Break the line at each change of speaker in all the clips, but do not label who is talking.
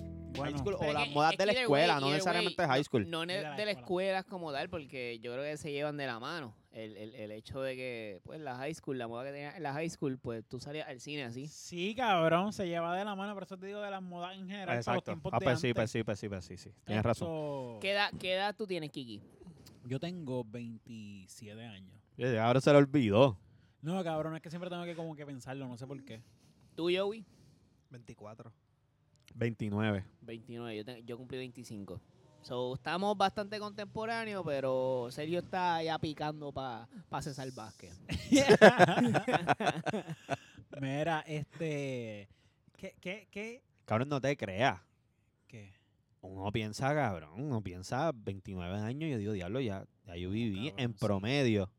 school
Pero
o
es
las
que-
modas
es
de la
que either
escuela,
way,
no
either
necesariamente
way,
high school.
No ne-
De la
de la
escuela.
escuela como tal, porque yo creo que se llevan de la mano. El, el, el hecho de que, pues, la high school, la moda que tenía en la high school, pues tú salías al cine así.
Sí, cabrón, se lleva de la mano, por eso te digo de las modas en general para los
Exacto.
tiempos
Ah,
de
pues sí,
antes.
pues sí, pues sí, pues sí, sí. Tienes razón.
Eso-
¿Qué edad, qué edad tú tienes, Kiki?
Yo tengo 27 años.
Eh, Ahora se le olvidó.
No, cabrón, es que siempre tengo que como que pensarlo, no sé por qué.
¿Tú, Joey?
24.
29.
29, yo, te- yo cumplí 25. So, estamos bastante contemporáneos, pero Sergio está ya picando para pa César Vázquez.
Mira, este... ¿Qué, qué, qué?
Cabrón, no te creas.
¿Qué?
Uno piensa, cabrón, uno piensa 29 años y yo digo, diablo, ya, ya yo viví
cabrón,
en
sí.
promedio.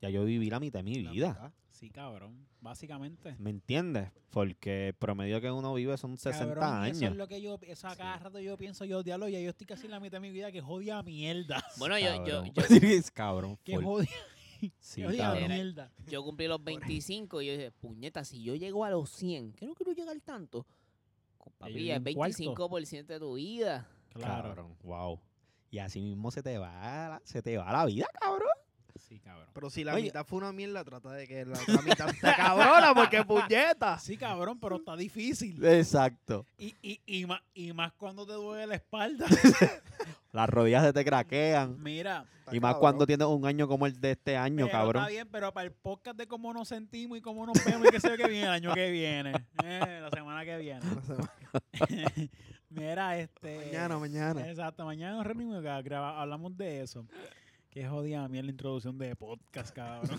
Ya yo viví la mitad de mi
la
vida.
mitad.
Sí, cabrón, básicamente.
¿Me entiendes? Porque el promedio que uno vive son 60
Cabrón, Eso es
años.
lo que yo, eso a cada rato yo pienso, yo diablo, ya yo estoy casi en la mitad de mi vida que jodía mierda.
Bueno, yo, yo, yo,
Cabrón. cabrón,
Que
full.
jodía,
Sí,
que jodía
cabrón.
mierda.
yo cumplí los 25 y yo dije, puñeta, si yo llego a los 100, que no quiero llegar tanto. Con-
Yo
Papi,
llegué
es
en cuarto.
25% de tu vida.
Claro.
Cabrón, wow. Y así mismo se te va, la- se te va la vida, cabrón.
Sí, cabrón.
Pero si la
Oye.
mitad fue una mierda, trata de que la otra mitad sea cabrona, porque puñetas.
Sí, cabrón, pero está difícil.
Exacto.
Y, y, y, más, y más cuando te duele la espalda.
Las rodillas se te craquean.
Mira,
Y más cuando tienes un año como el de este año,
pero
cabrón.
está bien, pero para el podcast de cómo nos sentimos y cómo nos vemos y qué sé yo que viene el año que viene. Eh, la semana que viene. Mira, este...
Mañana, mañana.
Exacto, mañana nos reunimos y gra- graba- hablamos de eso. Qué jodida mía la introducción de podcast, cabrón.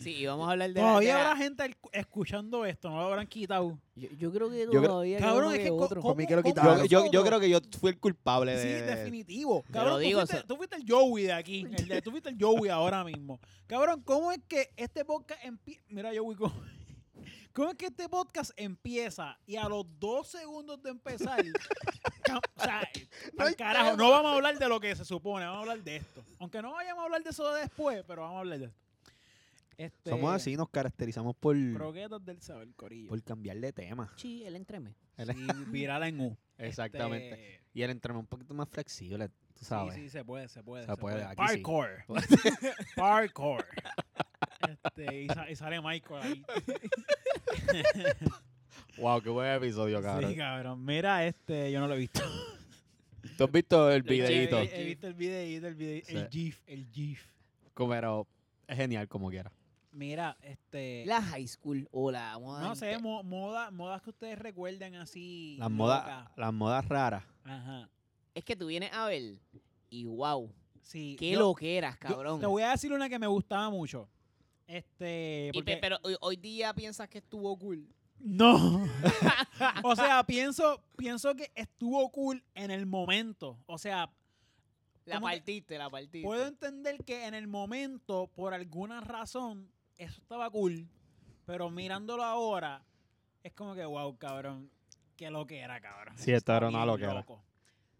Sí, y vamos a hablar de... la- de
Todavía
la-
habrá gente el- escuchando esto, no lo habrán quitado.
yo, yo creo que
creo-
todavía...
Cabrón, es que co-
otro.
co-
Comí que lo
cómo
Yo,
quitaron.
yo, yo
nosotros-
creo que yo fui el culpable
Sí,
de- de...
definitivo.
Te
Cabrón,
lo digo,
tú, fuiste,
o sea-
tú fuiste el Joey de aquí. El de, tú fuiste el Joey ahora mismo. Cabrón, ¿cómo es que este podcast empieza? Mira, Joey, ¿cómo, cómo es que este podcast empieza y a los dos segundos de empezar... cam- O sea, pa'l
hay
carajo,
tema.
no vamos a hablar de lo que se supone, vamos a hablar de esto. Aunque no vayamos a hablar de eso después, pero vamos a hablar de esto. Este,
Somos así, nos caracterizamos por,
Croquetas del saber, corillo.
por cambiar de tema.
Sí, el entreme.
Y viral en U.
Exactamente.
Este,
Y el entrenamiento un poquito más flexible, tú sabes.
Sí, sí, se puede, se puede.
Se puede, aquí sí. Pues
Parkour. Parkour. Este, y, sa- y sale Michael ahí.
Wow, qué buen episodio, cabrón.
Sí, cabrón. Mira, este, yo no lo he visto.
Tú has visto el
Lo llevo,
videito,
Videíto.
He, he visto el videíto, el video, el GIF, el GIF.
pero es genial como quiera.
Mira, este.
La high school o la moda
no sé,
ante-
mo- moda, modas que ustedes recuerden así.
Las modas,
locas.
las modas raras.
Ajá.
Es que tú vienes a ver y wow,
Sí.
qué
yo-
loqueras,
yo-
cabrón.
Te voy a decir una que me gustaba mucho. Este.
Y pe-
porque-
pero hoy, hoy día piensas que estuvo cool.
No. o sea, pienso, pienso que estuvo cool en el momento. O sea,
La
¿Cómo que-
partiste, la partiste.
puedo entender que en el momento, por alguna razón, eso estaba cool. Pero mirándolo ahora, es como que, wow, cabrón. Qué lo que era, cabrón.
Sí, esto era una
Bien
loquera.
loco.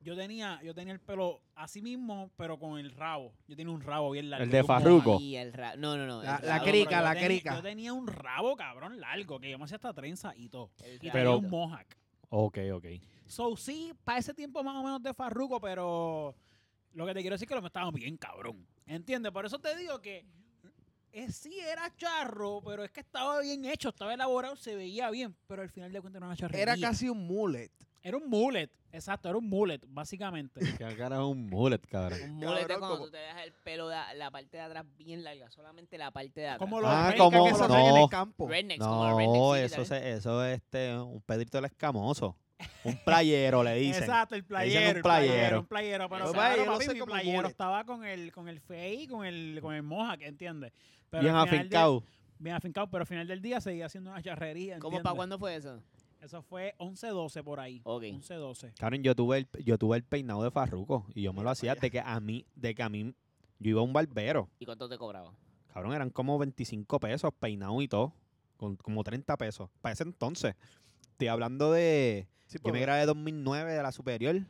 Yo tenía, yo tenía el pelo así mismo, pero con el rabo. Yo tenía un rabo bien largo.
El de
yo como-
Farruko.
Y el ra- No, no, no. el
La- la
rabo,
Cabrón, pero
crica,
yo
la
tenía-
crica.
Yo tenía un rabo, cabrón, largo, que yo me hacía hasta trenza y todo.
el
Y tenía
Pero-
rabito.
un mohawk.
Ok, ok.
So, sí, para ese tiempo más o menos de Farruco, pero lo que te quiero decir es que lo me estaban bien cabrón. ¿Entiendes? Por eso te digo que eh, sí era charro, pero es que estaba bien hecho, estaba elaborado, se veía bien, pero al final de cuentas no era charro.
Era casi un mullet.
Era un mullet, exacto, era un mullet, básicamente.
Que cara es un mullet, cabrón.
Un mulete
Cabrón,
cuando
como-
tú te dejas el pelo, de- la parte de atrás bien larga, solamente la parte de atrás.
Como los
Ah,
reyes
como-
Que se hacen en
no.
el campo.
rednecks, como los
No,
rednecks, sí,
eso,
literal.
se, eso es este, un pedrito el escamoso. Un playero, le dicen.
Exacto, el
dicen
playero.
un
el playero.
playero.
Un playero, pero
Yo,
claro,
yo no
papi,
sé
mi
cómo
playero
mullet.
estaba con el, con el fey, con el, con el mohawk, ¿entiendes? Pero
Bien
al final del-
afincado.
bien afincado, pero al final del día seguía haciendo una charrería.
¿Cómo,
¿entiendes?
para cuándo fue eso?
Eso fue 11-12 por ahí.
Ok.
11-12.
Karen, yo tuve el, yo tuve el peinado de Farruco y yo me lo
Mira
hacía
pa' allá.
de que a mí, de que a mí, yo iba a un barbero.
¿Y cuánto te cobraba?
Cabrón, eran como 25 pesos, peinado y todo. Con como 30 pesos. Para ese entonces. Estoy hablando de.
Sí, pues,
Yo me
porque-
gradué en 2009 de la superior.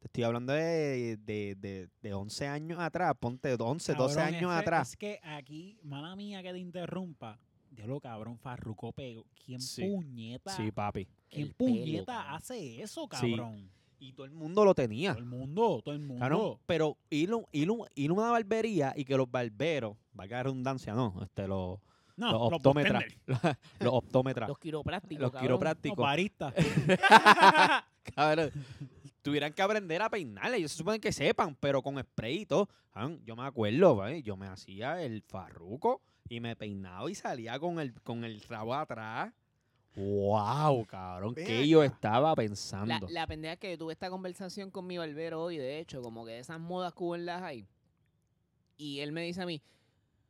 Te estoy hablando de, de, de, de 11 años atrás. Ponte 11, 12
Cabrón,
años
es que-
atrás.
Es que aquí, mala mía que te interrumpa, diablo cabrón, Farruco pego. ¿Quién
Sí.
puñeta?
Sí, papi.
¿Quién
El pelo,
puñeta
cabrón.
hace eso,
Sí.
cabrón?
Y todo el mundo lo tenía.
Todo el mundo, todo el mundo.
Cabrón, pero ir, a un- ir, a un- ir a una barbería y que los barberos, valga la redundancia, no, este, los,
no,
los
Ah, los
optómetras,
bartenders,
los, optómetras,
Los quiroprácticos.
los
los
cabrón.
quiroprácticos,
baristas.
cabrón, tuvieran que aprender a peinarle. Ellos se suponen que sepan, pero con spray y todo. Cabrón, yo me acuerdo, ¿vale? yo me hacía el farruco y me peinaba y salía con el, con el rabo atrás. ¡Wow, cabrón!
Ven
¿Qué yo
acá.
estaba
La,
pensando?
la pendeja es que yo tuve esta conversación con mi barbero hoy, de hecho, como que de esas modas que hubo en las hay. Y él me dice a mí,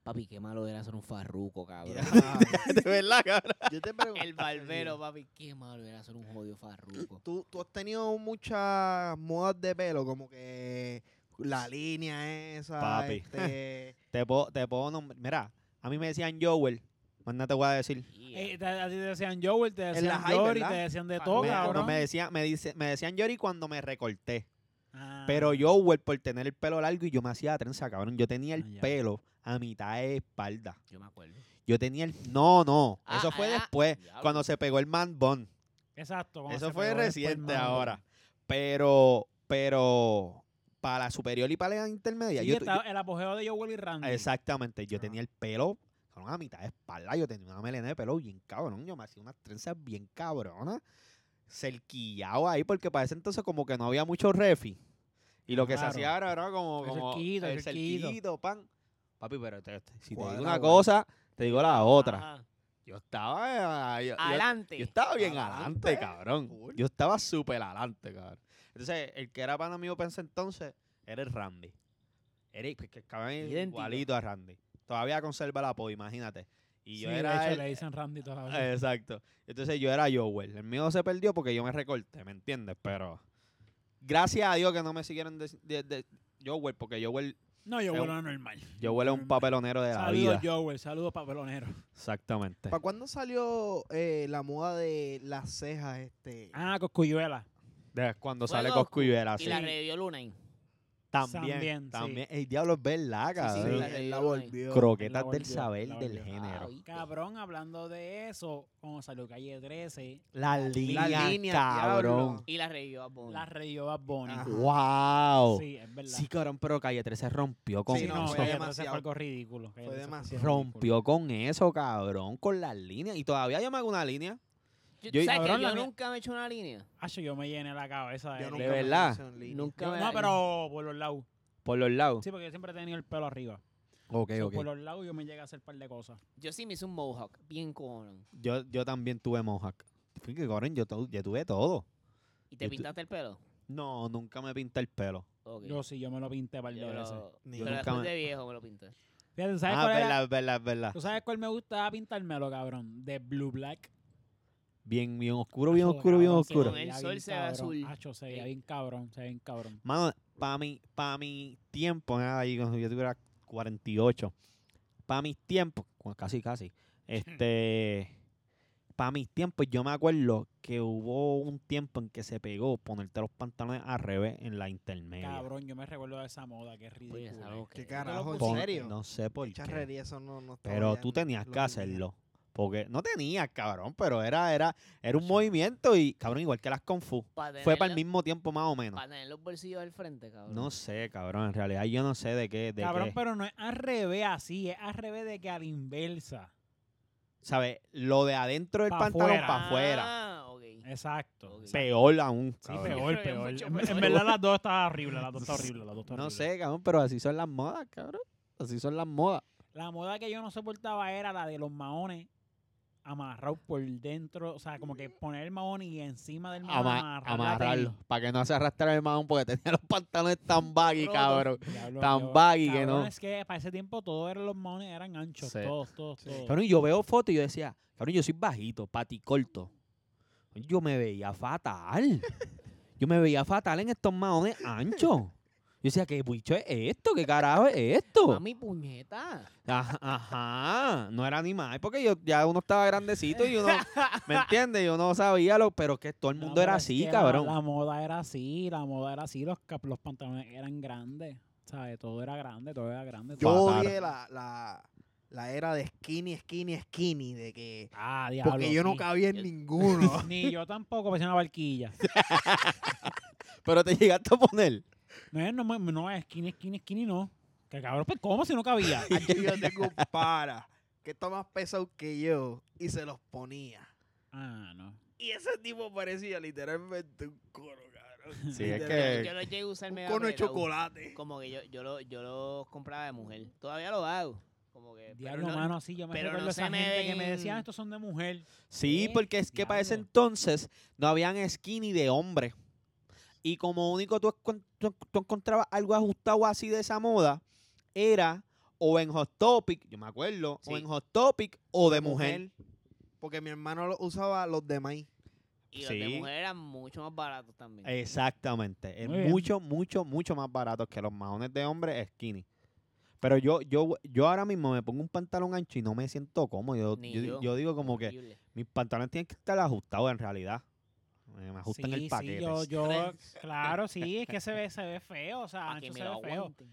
papi, qué malo era ser un farruco, cabrón.
De verdad, cabrón.
Yo te pregunto.
El barbero, papi, qué malo era ser un jodido farruco.
¿Tú, tú has tenido muchas modas de pelo, como que la línea esa.
Papi.
Este,
Te puedo, te puedo nombrar. Mira, a mí me decían Joel. Más nada te voy a decir.
Yeah.
Eh, te- a ti te decían Joel, te
la
decían
high,
Jory, te
¿verdad?
decían de
Ah,
todo,
me,
no,
cabrón.
me, decía, me, dice, me decían Jory cuando me recorté.
Ah.
Pero Joel, por tener el pelo largo y yo me hacía trenza, cabrón. Yo tenía el
Ah, ya.
pelo a mitad de espalda.
Yo me acuerdo.
Yo tenía el. No, no.
Ah,
eso fue
ah,
después,
diablo.
cuando se pegó el man bun.
Exacto. cuando
Eso
se
fue
pegó después,
reciente
mano.
ahora. Pero, pero, para la superior y para la
Sí,
intermedia. yo, tu-
estaba el apogeo de Joel y Randy.
yo- exactamente. Yo
Ah.
tenía el pelo cabrón, a mitad de espalda. Yo tenía una melena de pelo bien cabrón. Yo me hacía unas trenzas bien cabronas. Cerquillado ahí, porque para ese entonces como que no había mucho refi. Y lo que se
Claro.
hacía ahora era como,
El
como
cerquillito, el
el
cerquillito.
cerquillito, pan. Papi, pero te- te- si te digo
Cuadra,
una
güey.
cosa, te digo la otra.
Ajá.
Yo estaba. eh, yo- yo-
Adelante.
yo estaba bien
Adelante.
adelante, cabrón.
Cool.
Yo estaba súper adelante, cabrón. Entonces, el que era pana mío para ese entonces era el Randy. Era que- que cabrón,
Idéntico.
igualito a Randy. Todavía conserva la po, imagínate. Y yo
Sí, de
era.
hecho,
el- eh,
le dicen Randy toda la vida.
exacto. Entonces yo era Joel. El mío se perdió porque yo me recorté, ¿me entiendes? Pero. Gracias a Dios que no me siguieron de, de- de- Joel, porque Joel,
no, Joel
eh,
era normal.
Joel es un papelonero de la
Saludos,
vida.
Joel. Saludos, papelonero.
Exactamente.
¿Para cuándo salió eh, la moda de las cejas? Este?
Ah, Coscuyuela.
De cuando
Fue
sale
Goku
Coscuyuela,
Y
sí.
la revivió Lunain.
También,
También, sí.
también. El diablo es verdad,
Sí, sí,
cabrón.
la-
él la
la-
volvió.
La
Croquetas del
volvió,
saber
la
del
volvió.
género.
Ah, ¿viste?
Cabrón, hablando de eso, como salió Calle 13,
La línea,
línea,
cabrón.
Y la revivió a Bonnie.
la reyó Bad Bunny.
Ajá.
¡Wow! Sí,
Sí, es verdad.
cabrón, pero Calle 13 rompió con
Sí, no,
eso.
fue
Calle 13
demasiado.
fue algo ridículo. Calle
Fue
13 algo
demasiado.
rompió con eso, cabrón, con las líneas. Y todavía yo me hago una línea.
Yo,
Yo-
¿Sabes
cabrón,
que yo
la mía-
nunca me he hecho una línea?
Ah, yo me llené la cabeza.
Yo
de-
nunca
de
me
verdad.
puse en línea.
Nunca
Yo-
me
no,
la-
pero por los lados.
Por los lados.
Sí, porque yo siempre he tenido el pelo arriba.
Ok,
So,
ok.
Por los lados yo me llegué a hacer un par de cosas.
Yo sí me hice un mohawk, bien cojonón.
Yo, yo también tuve mohawk. Fíjate que, cabrón, yo, to- yo tuve todo.
¿Y te
Yo tu-
pintaste el pelo?
No, nunca me pinté el pelo.
Ok.
Yo sí, yo me lo pinté par de
Yo
veces.
lo-
Ni
pero
nunca
después
me-
de viejo me lo pinté.
Fíjate, ¿tú ¿sabes
Ah,
cuál era?
verdad, verdad, verdad.
¿Tú sabes cuál me gustaba pintármelo, cabrón? De Blue Black.
Bien, bien oscuro, bien
Acho,
oscuro, bien
cabrón,
oscuro.
Con
veía
el sol
bien
se ve
cabrón.
azul.
Acho, se veía
Sí.
bien cabrón, se veía bien cabrón.
Mano, para mi, pa mi tiempo, nada, ahí cuando yo tuviera 48, para mis tiempos, cu- casi, casi, este, para mis tiempos, yo me acuerdo que hubo un tiempo en que se pegó ponerte los pantalones al revés en la intermedia.
Cabrón, yo me recuerdo de esa moda, que es
Oye, es
ridícula.
algo
¿Qué
que-
carajo? ¿En
Pon-
serio?
No sé por
Qué
qué.
Charrería, eso no, no estaba
Pero
ya
tú
en
tenías
los
que
90.
hacerlo. Porque no tenías, cabrón, pero era, era, era un movimiento y, cabrón, igual que las Kung Fu.
Pa'
Fue
tenerlo-
para el mismo tiempo más o menos.
Para tener los bolsillos al frente, cabrón.
No sé, cabrón, en realidad yo no sé de qué. De
Cabrón,
qué.
pero no es al revés así, es al revés de que a la inversa.
¿sabes? Lo de adentro del
Pa'
pantalón
fuera.
para afuera.
Ah, ok.
Exacto.
Ok.
Peor aún.
Sí,
cabrón.
peor,
Yo creo que
peor.
mucho
En,
peor.
en verdad las dos están horribles, las dos están horribles, las dos están
No
horribles.
sé, cabrón, pero así son las modas, cabrón. Así son las modas.
La moda que yo no soportaba era la de los maones amarrados por dentro, o sea, como que poner el mahón y encima del mahón
Ama-
amarrar la
amarrarlo.
tenis.
Para que no se arrastrara el mahón porque tenía los pantalones tan baggy,
Rotos.
cabrón.
Diablo,
Tan
yo-
baggy que
cabrón,
no.
Es que para ese tiempo todos eran los maones eran anchos,
Sí.
todos, todos,
Sí.
todos.
Cabrón, y yo veo fotos y yo decía, cabrón, yo soy bajito, paticorto. Yo me veía fatal. Yo me veía fatal en estos mahones anchos. Yo decía, ¿qué bicho es esto? ¿Qué carajo es esto?
Mami, puñeta.
Ajá, ajá, no era animal, porque yo ya uno estaba grandecito y uno, ¿me entiendes? Yo no sabía lo, pero que todo el
No,
mundo
pero
era
es
así,
que la-
cabrón.
La, moda era así, la moda era así, los, cap- los pantalones eran grandes, ¿sabes? Todo era grande, todo era grande.
Yo
todo-
Fatal.
odié la, la, la era de skinny, skinny, skinny, de que...
Ah, diablo.
Porque yo no
sí.
cabía en ninguno.
Ni yo tampoco, parecía una barquilla.
Pero te llegaste a poner.
No es, no, me- no es skinny, skinny, skinny, no. Que cabrón, pues ¿cómo si no cabía?
Aquí yo tengo un para que está más pesado que yo y se los ponía.
Ah,
Eh,
no.
Y ese tipo parecía literalmente un cono, cabrón.
Sí, es
Literal,
que-
Yo lo llegué a usar
Un
mega
cono de
pelado.
chocolate.
Como que yo, yo, lo, yo lo compraba de mujer. Todavía lo hago. Como que. pero
Diablo,
no-
mano, sí, yo me
pero
recuerdo
no
esa
se me
gente que me
ven-
decían, estos son de mujer.
Sí,
¿Qué?
porque es que para ese
Diablo.
entonces no habían skinny de hombre. Y como único tú, encon- tú- tú encontrabas algo ajustado así de esa moda, era o en Hot Topic, yo me acuerdo,
Sí.
o en Hot Topic o de mujer.
Porque mi hermano lo usaba los de maíz.
Y los de
Sí.
mujer eran mucho más baratos también.
Exactamente. Es
Muy bien.
mucho, mucho, mucho más barato que los mahones de hombre skinny. Pero yo, yo, yo ahora mismo me pongo un pantalón ancho y no me siento cómodo. Yo,
Ni
yo-
yo.
yo digo como que
Horrible.
mis pantalones tienen que estar ajustados en realidad. Eh, Me ajustan
sí,
el paquete.
Sí, yo, yo, claro, sí, es que se ve, se ve feo, o sea,
Pa' que
ancho
me
Ah, se
lo
ve feo.
aguanten.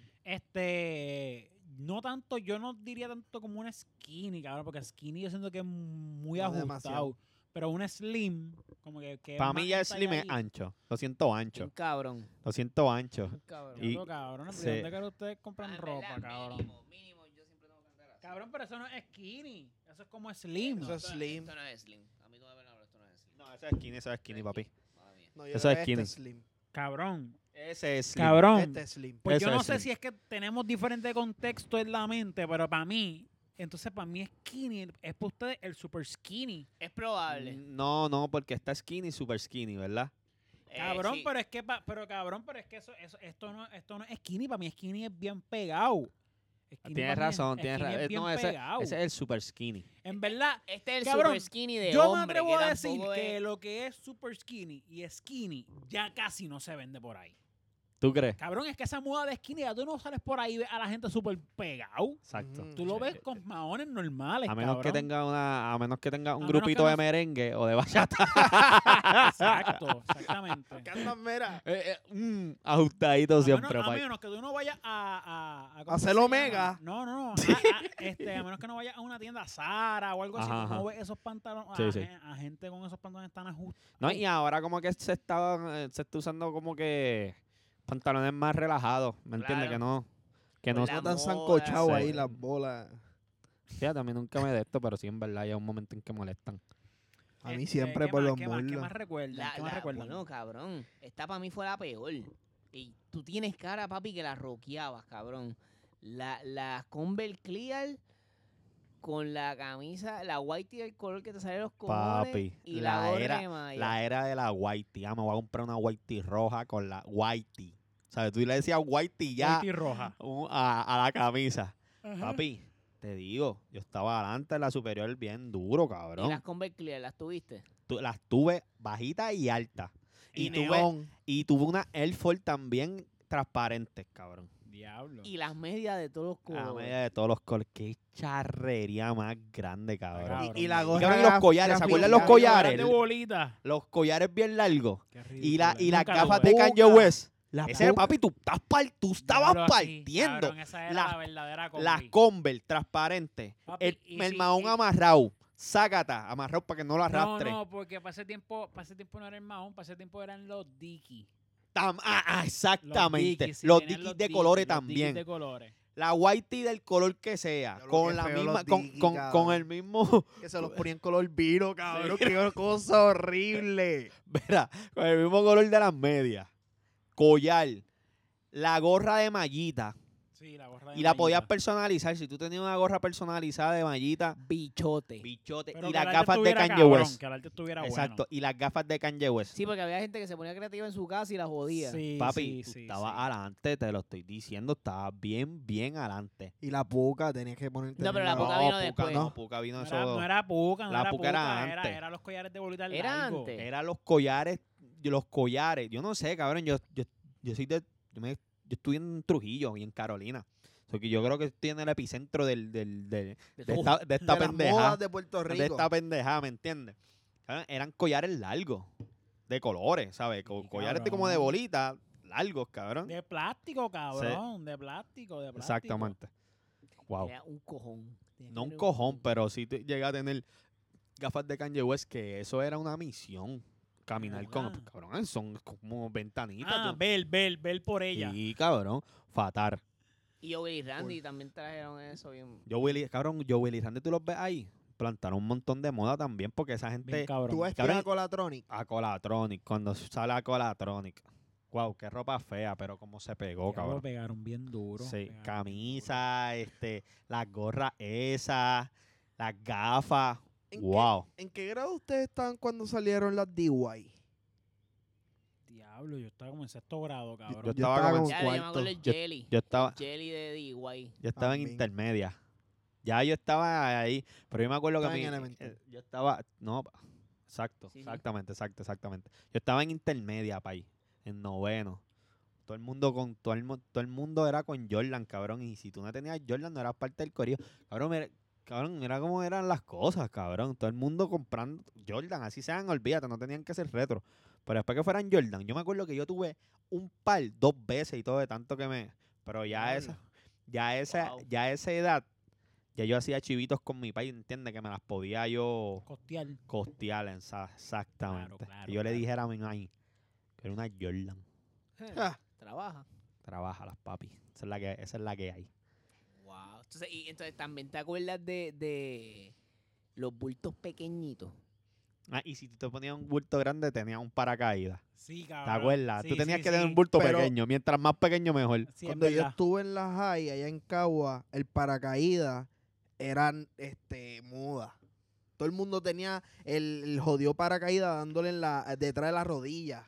Este, no tanto, yo no diría tanto como una skinny, cabrón, porque skinny yo siento que es muy
No,
ajustado.
demasiado.
Pero una slim, como que... que
Para mí ya
es más
slim es
entalladita.
ancho. Lo siento
Un
ancho.
cabrón.
Lo siento ancho.
Un cabrón.
Y-
Diablo, cabrón, ¿pero
sí.
¿dónde que ustedes compran
Ah, en
ropa,
verdad,
cabrón?
Mínimo, mínimo, yo siempre tengo que andar así.
Cabrón, pero eso no es skinny, eso es como slim.
Eso es
Esto-
slim.
Esto no es slim. A mí todavía no me esto no es slim.
No, ese es skinny, ese es skinny, papi.
Madre mía.
No, yo
Eso
creo
es
que
skinny.
Este es slim.
Cabrón,
Ese es slim.
cabrón.
Este es slim.
Pues
Eso
yo no
es
sé
slim.
si es que tenemos diferente contexto en la mente, pero para mí, entonces para mí skinny es para ustedes el super skinny.
Es
Mm,
probable.
No, no, porque está skinny, super skinny, ¿verdad?
Eh,
Cabrón,
sí.
pero es que pa- pero cabrón, pero es que eso, eso- esto no esto no es skinny, para mí skinny es bien pegado. Skinny pa'
Tienes
mí es-
razón, tienes
skinny es
razón.
bien
No, ese,
pegado.
ese es el super skinny.
En verdad,
Este es el
Cabrón,
super skinny de
yo me
hombre.
atrevo
que
a decir
tampoco
que
es-
lo que es super skinny y skinny ya casi no se vende por ahí.
¿Tú crees?
Cabrón, es que esa moda de skinny ya tú no sales por ahí y ves a la gente super pegado.
Exacto.
Ujú.
Tú lo ves con maones normales,
Mm, A menos que
pues, cabrón.
tenga una, a menos que tenga un
A menos
grupito
que
de
no-
merengue o de bachata.
Exacto, exactamente.
¿Qué andas, mira?
Eh, eh, mm, ajustadito
Ah, A
siempre,
menos, a
pa-
menos que tú no vayas a... A, a- ¿cómo
Hacer
se llama?
omega.
No, no, no. A, a- este, a menos que no vayas a una tienda Zara o algo así.
Ajá,
tú no
ajá.
ves esos pantalones.
Sí,
a,
sí.
gen- a gente con esos pantalones tan ajustados.
No, y ahora como que se está, eh, se está usando como que pantalones más relajados, ¿me entiendes?
Claro.
Que no, que no
Con
se-
No
la
tan
moda,
sancochado
sí.
ahí las bolas.
Fíjate, a mí nunca me de esto, pero sí en verdad ya un momento en que molestan.
A mí
Este,
siempre
¿qué
por
más,
los
¿Qué más, qué
muslos.
más recuerdan?
La,
¿Qué más
la-
recuerdan?
bueno, cabrón. Esta para mí fue la peor. Y tú tienes cara, papi, que la roqueabas, cabrón. La, la Conver Clear con la camisa, la whitey del color que te sale de los cojones.
Papi,
y
la
la, gorra
era-
de malla.
La era de la whitey. Ah, me voy a comprar una whitey roja con la whitey. ¿Sabes? Tú le decías whitey ya
Whitey roja.
un- a, a la camisa. Papi, te digo, yo estaba adelante en la superior bien duro,
y las
cabrón.
Conver Clear, ¿las tuviste?
Tu- las tuve bajitas y altas. Y,
Y
tuve,
neón.
y tuve una Air Force también transparente, cabrón.
Diablo.
Y las medias de todos los
A
colores.
la media de todos los colores. Qué charrería más grande, cabrón.
cabrón.
Y, y la gorra.
cabrón, y los
graf-
collares, ¿se acuerdan los
grafiqueada.
collares?
de bolitas.
Los collares bien largos. Y la, y las
Nunca lo
gafas
ves.
de Kanye West.
Las
Ese era,
puc-
papi, tú, estás par- tú estabas
Diablo, sí,
partiendo.
cabrón, esa era
Las-
la verdadera combi.
Las Converse transparentes.
Papi,
El,
y
el
si-
mahón
y-
amarrado. Sácata, amarrado para que no lo arrastre.
No, no, porque para ese tiempo, para ese tiempo no era el Mahón, para ese tiempo eran los Dickies.
Tam- ah, ah,
Los
exactamente.
Dickies, sí,
Los
tenían
Dickies
los
de colores
los Dickies
también.
de colores.
La whitey del color que sea.
Yo lo
Con
que
la
feo
misma,
los
con,
Dickies,
con-
cabrón.
con el mismo,
Que se los ponían color vino, cabrón. Qué cosa horrible.
verá, con el mismo color de las medias. Collar. La gorra de mallita.
Sí, la gorra de
Y la
mallita.
podías personalizar. Si tú tenías una gorra personalizada de mallita,
Bichote.
bichote.
Pero
y
que
las
el arte
gafas de
estuviera
Kanye
cabrón,
West.
Que el arte estuviera
Exacto, y las gafas de Kanye West.
Sí, porque había gente que se ponía creativa en su casa y la jodía.
bueno. Sí,
Papi,
sí,
tú
sí,
estabas
sí.
adelante, te lo estoy diciendo, estabas bien, bien adelante.
Y la puca, tenías que ponerte.
No, pero la
bien
no,
puca vino
Puka
después.
no, Puka vino
No
eso.
era, no era puca, no
la
era
puca
puca,
era
era,
antes.
era los collares de bolita
Era
largo.
antes.
Era los collares, los collares. Yo no sé, cabrón, yo, yo, yo soy de, yo, me- yo estudié en Trujillo y en Carolina. So que yo creo que estoy en el epicentro del, del, del-
De
de
todo.
esta, de esta
de Las
pendejada.
modas de Puerto Rico.
de esta pendejada, ¿me entiendes? Cabrón, Eran collares largos, de colores, ¿sabes? Co-
Sí,
collares de- como de
cabrón.
bolita, largos, cabrón.
De plástico, Ah, cabrón. De plástico, de plástico.
Exactamente. Wow.
Era un cojón. Tienes
No
que
un
tener
cojón, pero sí te- llegué a tener gafas de Kanye West, que eso era una misión. Caminar con.
Ajá.
Cabrón, son como ventanitas.
Ah,
tú-
Bel, Bel, Bel por ella.
sí, cabrón. Fatal.
Y Obi y Randy también trajeron eso bien.
Yo, Willy, cabrón, yo, Willy Randy, tú los ves ahí. Plantaron un montón de moda también, porque esa
Bien
gente.
cabrón.
Tú ves
Cabrón.
a Colatronic.
A Colatronic, cuando sale a Colatronic. Wow, qué ropa fea, pero cómo se pegó,
Ya Lo
Oh, cabrón.
pegaron bien duro.
Sí,
pegaron
camisa, este, las gorras esas, las gafas.
¿En qué-
Wow.
¿En qué grado ustedes estaban cuando salieron las DIY?
bien duro. Diablo, yo estaba como en sexto grado, cabrón.
Yo estaba como en
Ya, yo me acuerdo
cuarto.
el jelly.
Yo estaba,
Jelly de DIY.
yo estaba en
También.
intermedia. Ya yo estaba ahí, pero yo me acuerdo que
Estaba en
mi-
elemental.
eh, yo estaba, no, pa- exacto,
Sí, sí.
exactamente, exacto, exactamente. Yo estaba en intermedia, pay, en noveno. Todo el mundo con todo el, mu- todo el mundo era con Jordan, cabrón, y si tú no tenías Jordan no eras parte del corillo. Cabrón, era, cabrón, era como eran las cosas, cabrón. Todo el mundo comprando Jordan, así sean, olvídate, no tenían que ser retro. Pero después que fueran Jordan, yo me acuerdo que yo tuve un par dos veces y todo de tanto que me, pero ya
Diablo.
esa ya esa,
Wow.
ya a esa edad, ya yo hacía chivitos con mi país, entiende que me las podía yo
Costear.
costear en esa- exactamente.
claro,
que yo le
claro.
dijera a mi mami que era una Jordan.
Ah.
Ja.
Trabaja.
Trabaja las papi. Esa es la que, esa es la que hay.
Wow. Entonces, y entonces también te acuerdas de, de los bultos pequeñitos.
Ah, y si tú te ponías un bulto grande, tenías un paracaídas.
Sí,
¿Te
cabrón.
acuerdas?
Ah, Sí,
tú tenías
sí,
que tener
sí.
un bulto
Pero-
pequeño. Mientras más pequeño, mejor.
Sí, es
Cuando yo
verdad.
estuve en la high, allá en Cagua, el paracaídas eran este moda. Todo el mundo tenía el, el jodido paracaídas dándole en la, eh, detrás de la rodilla.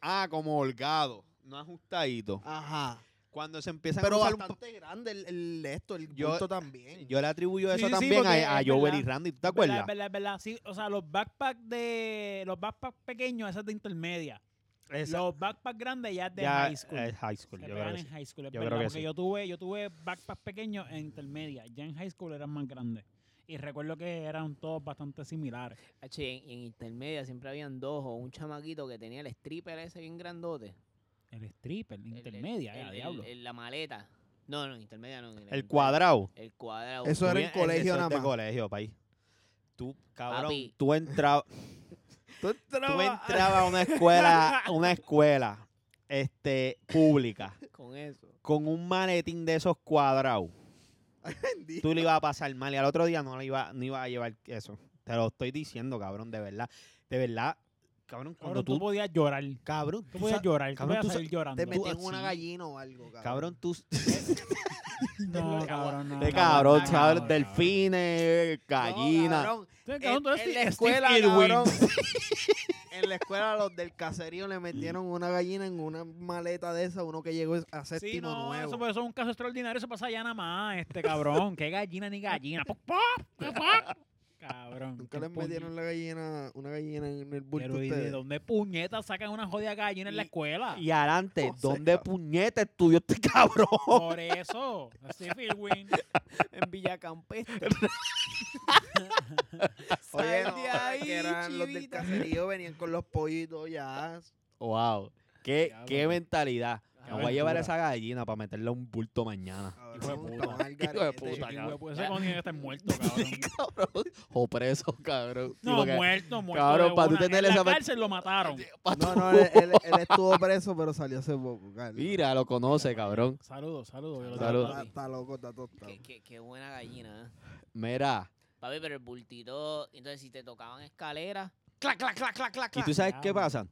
Ah, como holgado. No ajustadito.
Ajá.
Ah, Cuando se empiezan
Pero
a usar un
bastante grande el, el esto, el
Yo-
bulto también.
Yo le atribuyo
Sí, sí,
eso
sí,
también
porque
a, a
es
Joel
verdad.
y Randy. ¿Tú te
Es verdad,
acuerdas?
Es verdad, es verdad. Sí, o sea, los backpacks de. Los backpacks pequeños, esos de intermedia.
Esa-
Los backpacks grandes ya es de
ya
high school.
es high
Se
school, yo creo
pegan
que
en
sí.
high school, es
Yo creo
verdad.
que
Porque
sí.
yo tuve, yo tuve backpacks pequeños en intermedia. Ya en high school eran más grandes. Y recuerdo que eran todos bastante similares.
H, y en, y en intermedia siempre habían dos o un chamaquito que tenía el stripper ese bien grandote.
El stripper,
El- el-
intermedia,
el-
ya,
el-
diablo.
el- la maleta. No, no, intermedia no. en
El
elemental.
cuadrado.
El cuadrado.
Eso era en
Bien, el-
colegio
eso es
nada
de
más.
colegio, país. Tú, cabrón,
Papi.
tú entrabas
Tú
tú
entrabas-
entrabas a una escuela, una escuela este pública
Con eso.
con un maletín de esos cuadrados.
Ay, bendito.
Tú le ibas a pasar mal y al otro día no le iba no iba a llevar eso. Te lo estoy diciendo, cabrón, de verdad. De verdad, cabrón, cuando
Cabrón, tú,
tú
podías llorar.
cabrón,
Tú
tú
podías
sa-
llorar.
cabrón,
tú
tú
podías salir llorando.
te metían
así.
una gallina o algo, cabrón.
cabrón, tú
No, cabrón, no.
de
no,
Ah, cabrón,
no,
sabes,
no,
delfines,
No,
gallinas.
cabrón.
Tú, cabrón,
En,
tú eres
en la
Steve
escuela,
Irwin.
cabrón, en la escuela los del caserío le metieron una gallina en una maleta de esa, uno que llegó a séptimo
Sí, no,
nuevo.
Eso, pues, eso es un caso extraordinario, eso pasa allá nada más, este cabrón. Qué gallina ni gallina. Pop, pop, pop, pop. Cabrón.
Nunca
qué
les metieron la gallina, una gallina en el bulto
Pero ¿y de
ustedes?
dónde puñetas sacan una jodida gallina en la
Y-
escuela?
Y adelante,
No sé,
¿dónde
cabrón.
puñeta estudió este cabrón?
Por eso, Steve Irwin.
En Villacampestre.
Oye,
Sal
no,
de
es
ahí,
que eran los del
chivita.
caserío, venían con los pollitos ya.
Wow. Qué,
Diablo.
qué mentalidad. Me voy a
aventura.
llevar esa gallina para meterle un bulto mañana.
cabrón,
Hijo de puta.
estaban al
Hijo de
garete.
puta,
Y,
cabrón.
huevo, Ese coño tiene que estar muerto, cabrón.
Cabrón. O preso, cabrón. Sí,
No,
porque-
muerto, muerto.
Cabrón,
de
pa' tú
una. en
tener esa
la
per-
cárcel lo mataron.
Pa'
No,
tu-
no, él, él- él estuvo preso, pero salió hace poco, Carlos.
Mira, lo conoce, cabrón.
Saludos, saludos. yo lo
Está-
tengo,
Saludos.
Está,
papi.
está loco, está tostado.
Qué, qué- qué buena gallina. ¿eh?
Mira.
Papi, pero el bultito. Entonces, si te tocaban escaleras. ¡Clac, clac, clac, clac,
¿Y
clac! clac!
tú sabes qué
diablo.
pasa?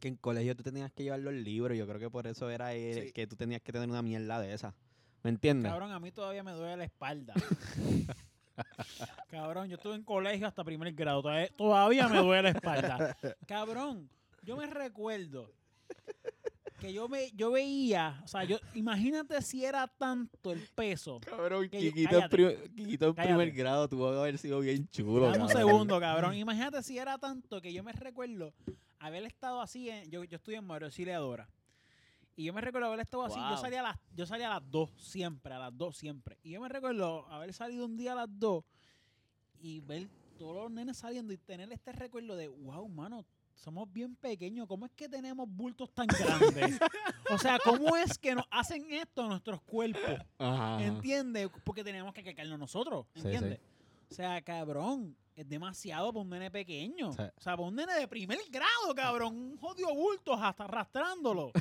Que en colegio tú tenías que llevar los libros. Yo creo que por eso era el-
Sí.
que tú tenías que tener una mierda de esa. ¿Me entiendes?
Cabrón, a mí todavía me duele la espalda. Cabrón, yo estuve en colegio hasta primer grado. Todavía, todavía me duele la espalda. Cabrón, yo me recuerdo que yo, me, yo veía, o sea, yo imagínate si era tanto el peso.
Cabrón,
Que yo-
Quiquito en,
cállate.
prim- Quiquito en
Cállate.
primer grado tuvo que haber sido bien chulo.
Dame un
cabrón.
segundo, cabrón. Imagínate si era tanto que yo me recuerdo haber estado así. en- yo, yo estudié en Mario Auxiliadora. Y yo me recuerdo haber estado así. Yo
Wow.
salía, a las, yo salía a las 2 siempre, a las 2 siempre. Y yo me recuerdo haber salido un día a las 2 y ver todos los nenes saliendo y tener este recuerdo de, wow, mano, somos bien pequeños, ¿cómo es que tenemos bultos tan grandes? o sea, ¿cómo es que nos hacen esto a nuestros cuerpos?
Ajá.
¿Entiendes? Porque tenemos que cacarnos nosotros,
Sí, sí.
¿entiendes? O sea, cabrón, es demasiado para un nene pequeño.
Sí.
O sea, para un nene de primer grado, cabrón, un jodido bulto hasta arrastrándolo.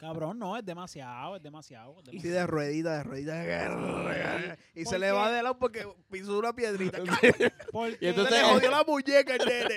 cabrón, no, es demasiado, es demasiado. es
Y
demasiado.
de ruedita, de ruedita. Y se
¿Por
le
qué?
va de lado porque pisó una piedrita.
Porque-
Y
Se
entonces-
le jodió la muñeca el nene.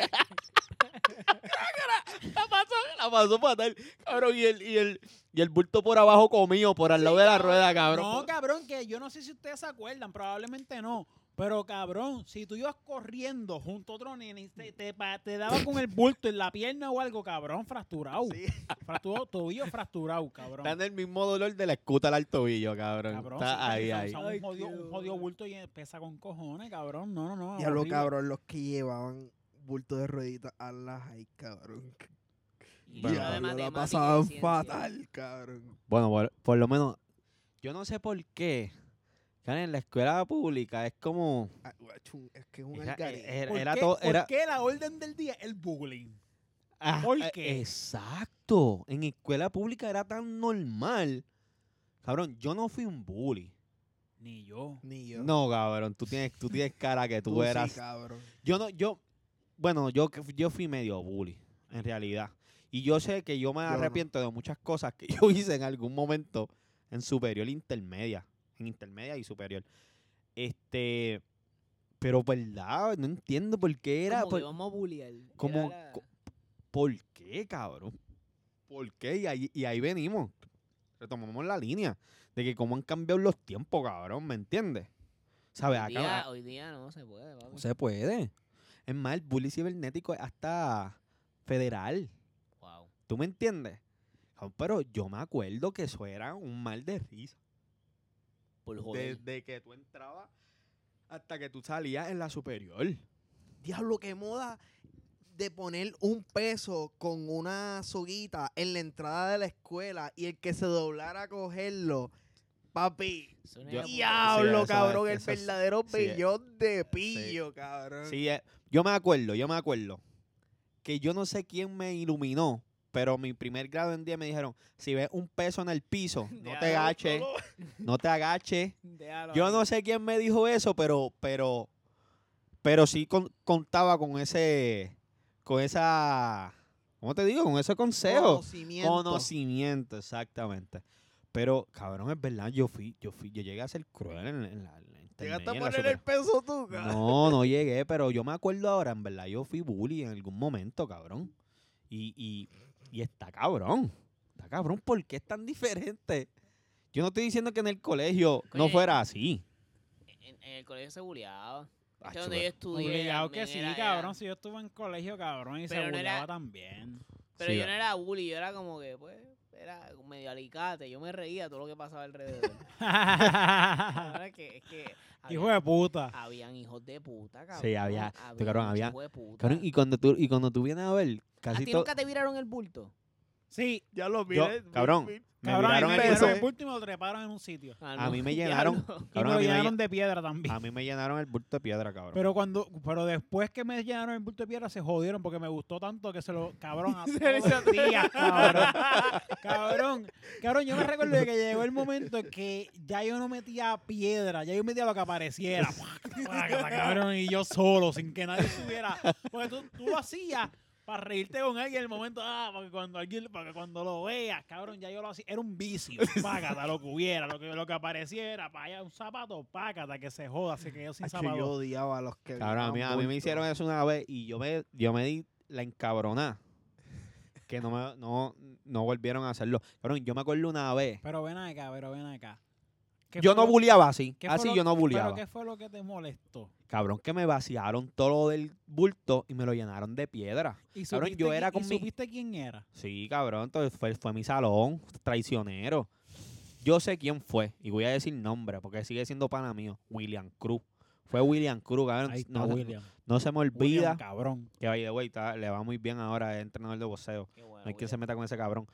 La pasó, la pasó fatal, cabrón. Y el, y, el, y el bulto por abajo comido, por al lado de la rueda, cabrón.
No, cabrón, que yo no sé si ustedes se acuerdan, probablemente no. Pero cabrón, si tú ibas corriendo junto a otro nene y te, te, pa- te daba con el bulto en la pierna o algo, cabrón, fracturado.
Sí.
Fracturado, tobillo fracturado, cabrón.
Está en el mismo dolor de la escuta al tobillo, cabrón.
Cabrón, sí,
Está ahí,
o sea,
ahí.
Un
Ay,
jodido,
qué
un jodido
dolor.
bulto y pesa con cojones, cabrón. No, no, no.
Y a lo
horrible.
cabrón, los que llevaban bulto de ruedita a las high, cabrón.
Y
Bueno.
uno de
Ya, yo la
matemática y
pasaban
ciencia.
fatal, cabrón.
Bueno, por, por lo menos, yo no sé por qué. Cara, en la escuela pública es como.
Ah, guachú, Es que es un
Era,
algarete.
era-
¿Por,
era
qué,
todo-
por
era-
qué la orden del día? El bullying.
Ah,
¿Por
eh,
qué?
Exacto. En escuela pública era tan normal. Cabrón, yo no fui un bully.
Ni yo.
Ni yo.
No, cabrón, tú tienes, tú tienes cara que tú,
sí,
eras.
cabrón.
yo no, yo, bueno, yo, que- yo fui medio bully, en realidad. Y yo sé que yo me
no.
arrepiento de muchas cosas que yo hice en algún momento en superior e intermedia. En intermedia y superior. Este, pero verdad, no entiendo por qué era.
Como
por-
que vamos a bullear. Era
como-
la-
co- ¿Por qué, cabrón? ¿Por qué? Y ahí, y ahí venimos. Retomamos la línea de que cómo han cambiado los tiempos, cabrón, ¿me entiendes? ¿Sabes?
hoy,
Acá,
día, hoy día no se puede, papi.
no se puede. Es más, el bullying cibernético es hasta federal.
Wow.
¿Tú me entiendes? Cabrón, Pero yo me acuerdo que eso era un mal de risa.
Por joder.
Desde que tú entrabas hasta que tú salías en la superior.
Diablo, qué moda de poner un peso con una soguita en la entrada de la escuela y el que se doblara a cogerlo. Papi,
Eso no
Yo-
era
Sí,
diablo,
eso-
cabrón, el
eso es-
verdadero
sí, eh.
bellón de pillo, cabrón.
Sí, eh, yo me acuerdo, yo me acuerdo que yo no sé quién me iluminó, pero mi primer grado en día me dijeron, si ves un peso en el piso, no te agaches, no te agaches. Yo no sé quién me dijo eso, pero, pero, pero sí con- contaba con ese, con esa, ¿cómo te digo? Con ese consejo.
Conocimiento.
Conocimiento, exactamente. Pero, cabrón, es verdad, yo fui, yo fui, yo llegué a ser cruel en, en la, en la
Llegaste
intermedia, en
a
la
poner
superior.
el peso tú, cabrón.
No, no llegué, pero yo me acuerdo ahora, en verdad, yo fui bully en algún momento, cabrón. Y, y, y está cabrón. Está cabrón, ¿por qué es tan diferente? Yo no estoy diciendo que en el colegio no
Oye,
fuera así.
En, en el colegio se bulleaba.
Ah,
Este donde
chulo.
yo estudié.
Obligado que
también
sí,
era- era-
cabrón. Si yo estuve en colegio, cabrón, y se
Pero no era-
burlaba también.
Pero
Sí,
yo
va.
no era bully, yo era como que, pues, era medio alicate. Yo me reía de todo lo que pasaba alrededor. La verdad es que, es que
Hijo de puta.
habían hijos de puta, cabrón.
Sí, había- cabrón,
muchos
había-
hijos de puta.
Cabrón, y cuando tú, y cuando tú vienes a ver,
¿A
casi
ti
todo.
nunca te viraron el bulto?
Sí,
Ya lo
Yo-
miré.
cabrón, Me
cabrón, a mí
miraron
me llenaron
el peso.
el bulto y me lo treparon en un sitio.
Ah,
A
no,
mí me
diablo.
llenaron.
y
Cabrón,
me
a
lo
mí me
llenaron
lle-
de piedra también.
A mí me llenaron el bulto de piedra, cabrón.
Pero cuando, pero después que me llenaron el bulto de piedra se jodieron porque me gustó tanto que se lo cabrón a todos los días, cabrón. cabrón, cabrón, yo me recuerdo de que llegó el momento que ya yo no metía piedra, ya yo metía lo que apareciera. cabrón, y yo solo, sin que nadie estuviera. Porque tú, tú lo hacías para reírte con alguien en el momento, ah, para que cuando alguien, para que cuando lo veas, cabrón, ya yo lo hacía. Era un vicio, págata, lo que hubiera, lo que, lo que apareciera, para allá un zapato, págata, que se joda, se quedó sin
Es que
zapato.
yo odiaba a los que
Cabrón, a mí,
violaban
a mí me
bultos.
hicieron eso una vez y yo me, yo me di la encabronada. Que no, me, no, no volvieron a hacerlo. Cabrón, yo me acuerdo una vez.
Pero ven acá, pero ven acá. ¿Qué
Yo
fue
no
lo-
bulleaba así.
qué fue
Así
lo-
yo no
¿Pero
bulleaba.
qué fue lo que te molestó?
Cabrón, que me vaciaron todo lo del bulto y me lo llenaron de piedra.
¿Y
Cabrón,
supiste
yo
qui-
era
y
con mi-
supiste quién era?
Sí, cabrón, entonces fue, fue mi salón, traicionero. Yo sé quién fue y voy a decir nombre porque sigue siendo pana mío, William Cruz. Fue William Cruz, cabrón.
Ahí está
no, se-
William.
no se me
William,
olvida
cabrón.
que, by the way, está- le va muy bien ahora, es entrenador de boxeo.
Qué
No
Ah,
bueno,
hay quien
William.
se meta con ese cabrón.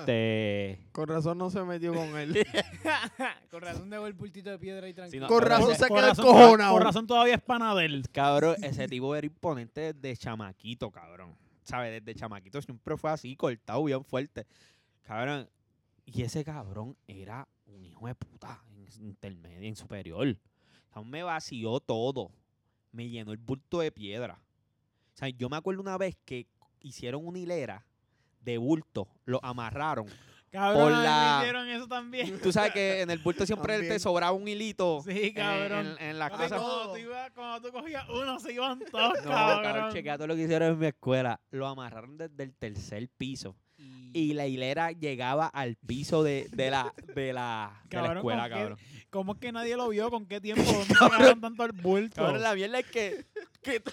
este.
Con razón no se metió con él.
Con razón debo el bultito de piedra y tranquilo.
no,
Con
pero
razón
ese-
se
Por
queda
razón-
encojonado.
Por razón todavía es pana de él.
Cabrón, ese tipo era imponente de chamaquito, cabrón. ¿sabes? Desde chamaquito siempre fue así, cortado bien fuerte. Cabrón. Y ese cabrón era un hijo de puta en s- intermedia, en superior. Aún me vació todo. Me llenó el bulto de piedra. O sea, yo me acuerdo una vez que hicieron una hilera de bulto, lo amarraron.
Cabrón,
Por la-
me hicieron eso también.
Tú sabes que en el bulto siempre te
También.
sobraba un hilito
Sí,
en,
cabrón.
en- en las
Papi,
cosas.
cuando, tú ibas- cuando tú cogías uno, se iban todos,
No, cabrón,
cabrón.
chequea todo lo que hicieron en mi escuela. Lo amarraron desde el tercer piso. Y la hilera llegaba al piso de, de la, de la, de la
Cabrón,
escuela,
¿con qué-
cabrón.
¿Cómo es que nadie lo vio? ¿Con qué tiempo? ¿Dónde sacaron tanto el bulto?
Cabrón, la mierda es que... que tú-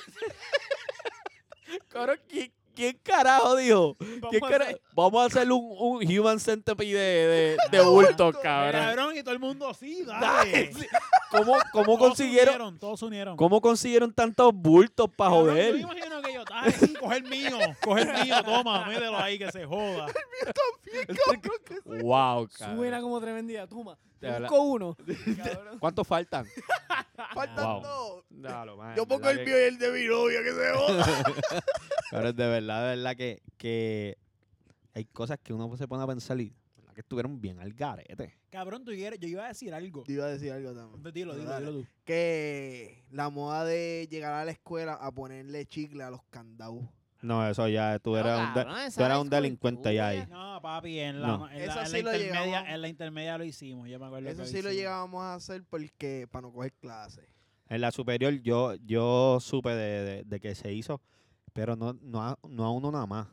cabrón, ¿quién, quién carajo dijo? ¿Quién
Vamos a
cara-
hacer-
Vamos a hacer un, un human centipede de, de, de
Ah,
bulto,
bulto,
cabrón.
Cabrón, y todo el mundo, sí, dale.
Dale, sí. ¿Cómo, cómo
Todos
consiguieron...
se unieron, Todos se unieron.
¿Cómo consiguieron tantos bultos para
Cabrón,
joder?
Yo me imagino que yo, "Ay, sí, coge el mío, coge el mío, toma, mételo ahí que se joda.
Wow, cabrón.
Suena como tremenda toma.
Te habla-
Busco uno. Cabrón.
¿Cuántos faltan?
Faltan
Wow.
dos.
Dalo, man,
Yo
en
pongo
verdad
el
que-
mío y el de mi novia que se joda.
Cabrón, de verdad, de verdad que, que hay cosas que uno se pone a pensar y de verdad que estuvieron bien al garete.
Cabrón, tú quieres, yo iba a decir algo.
Te iba a decir algo también.
Dilo, dilo,
Dale.
dilo tú.
Que la moda de llegar a la escuela a ponerle chicle a los candados.
No, eso ya, tú eras un, de- tú eras un delincuente ya ahí.
No, papi, en la,
No.
en la-
Eso
en la
sí lo
intermedia,
llegamos.
en la intermedia lo hicimos, yo me acuerdo
Eso
que
sí lo
hicimos.
llegábamos a hacer porque para no coger clases.
En la superior yo, yo supe de, de- de que se hizo, pero no, no, a, no a uno nada más.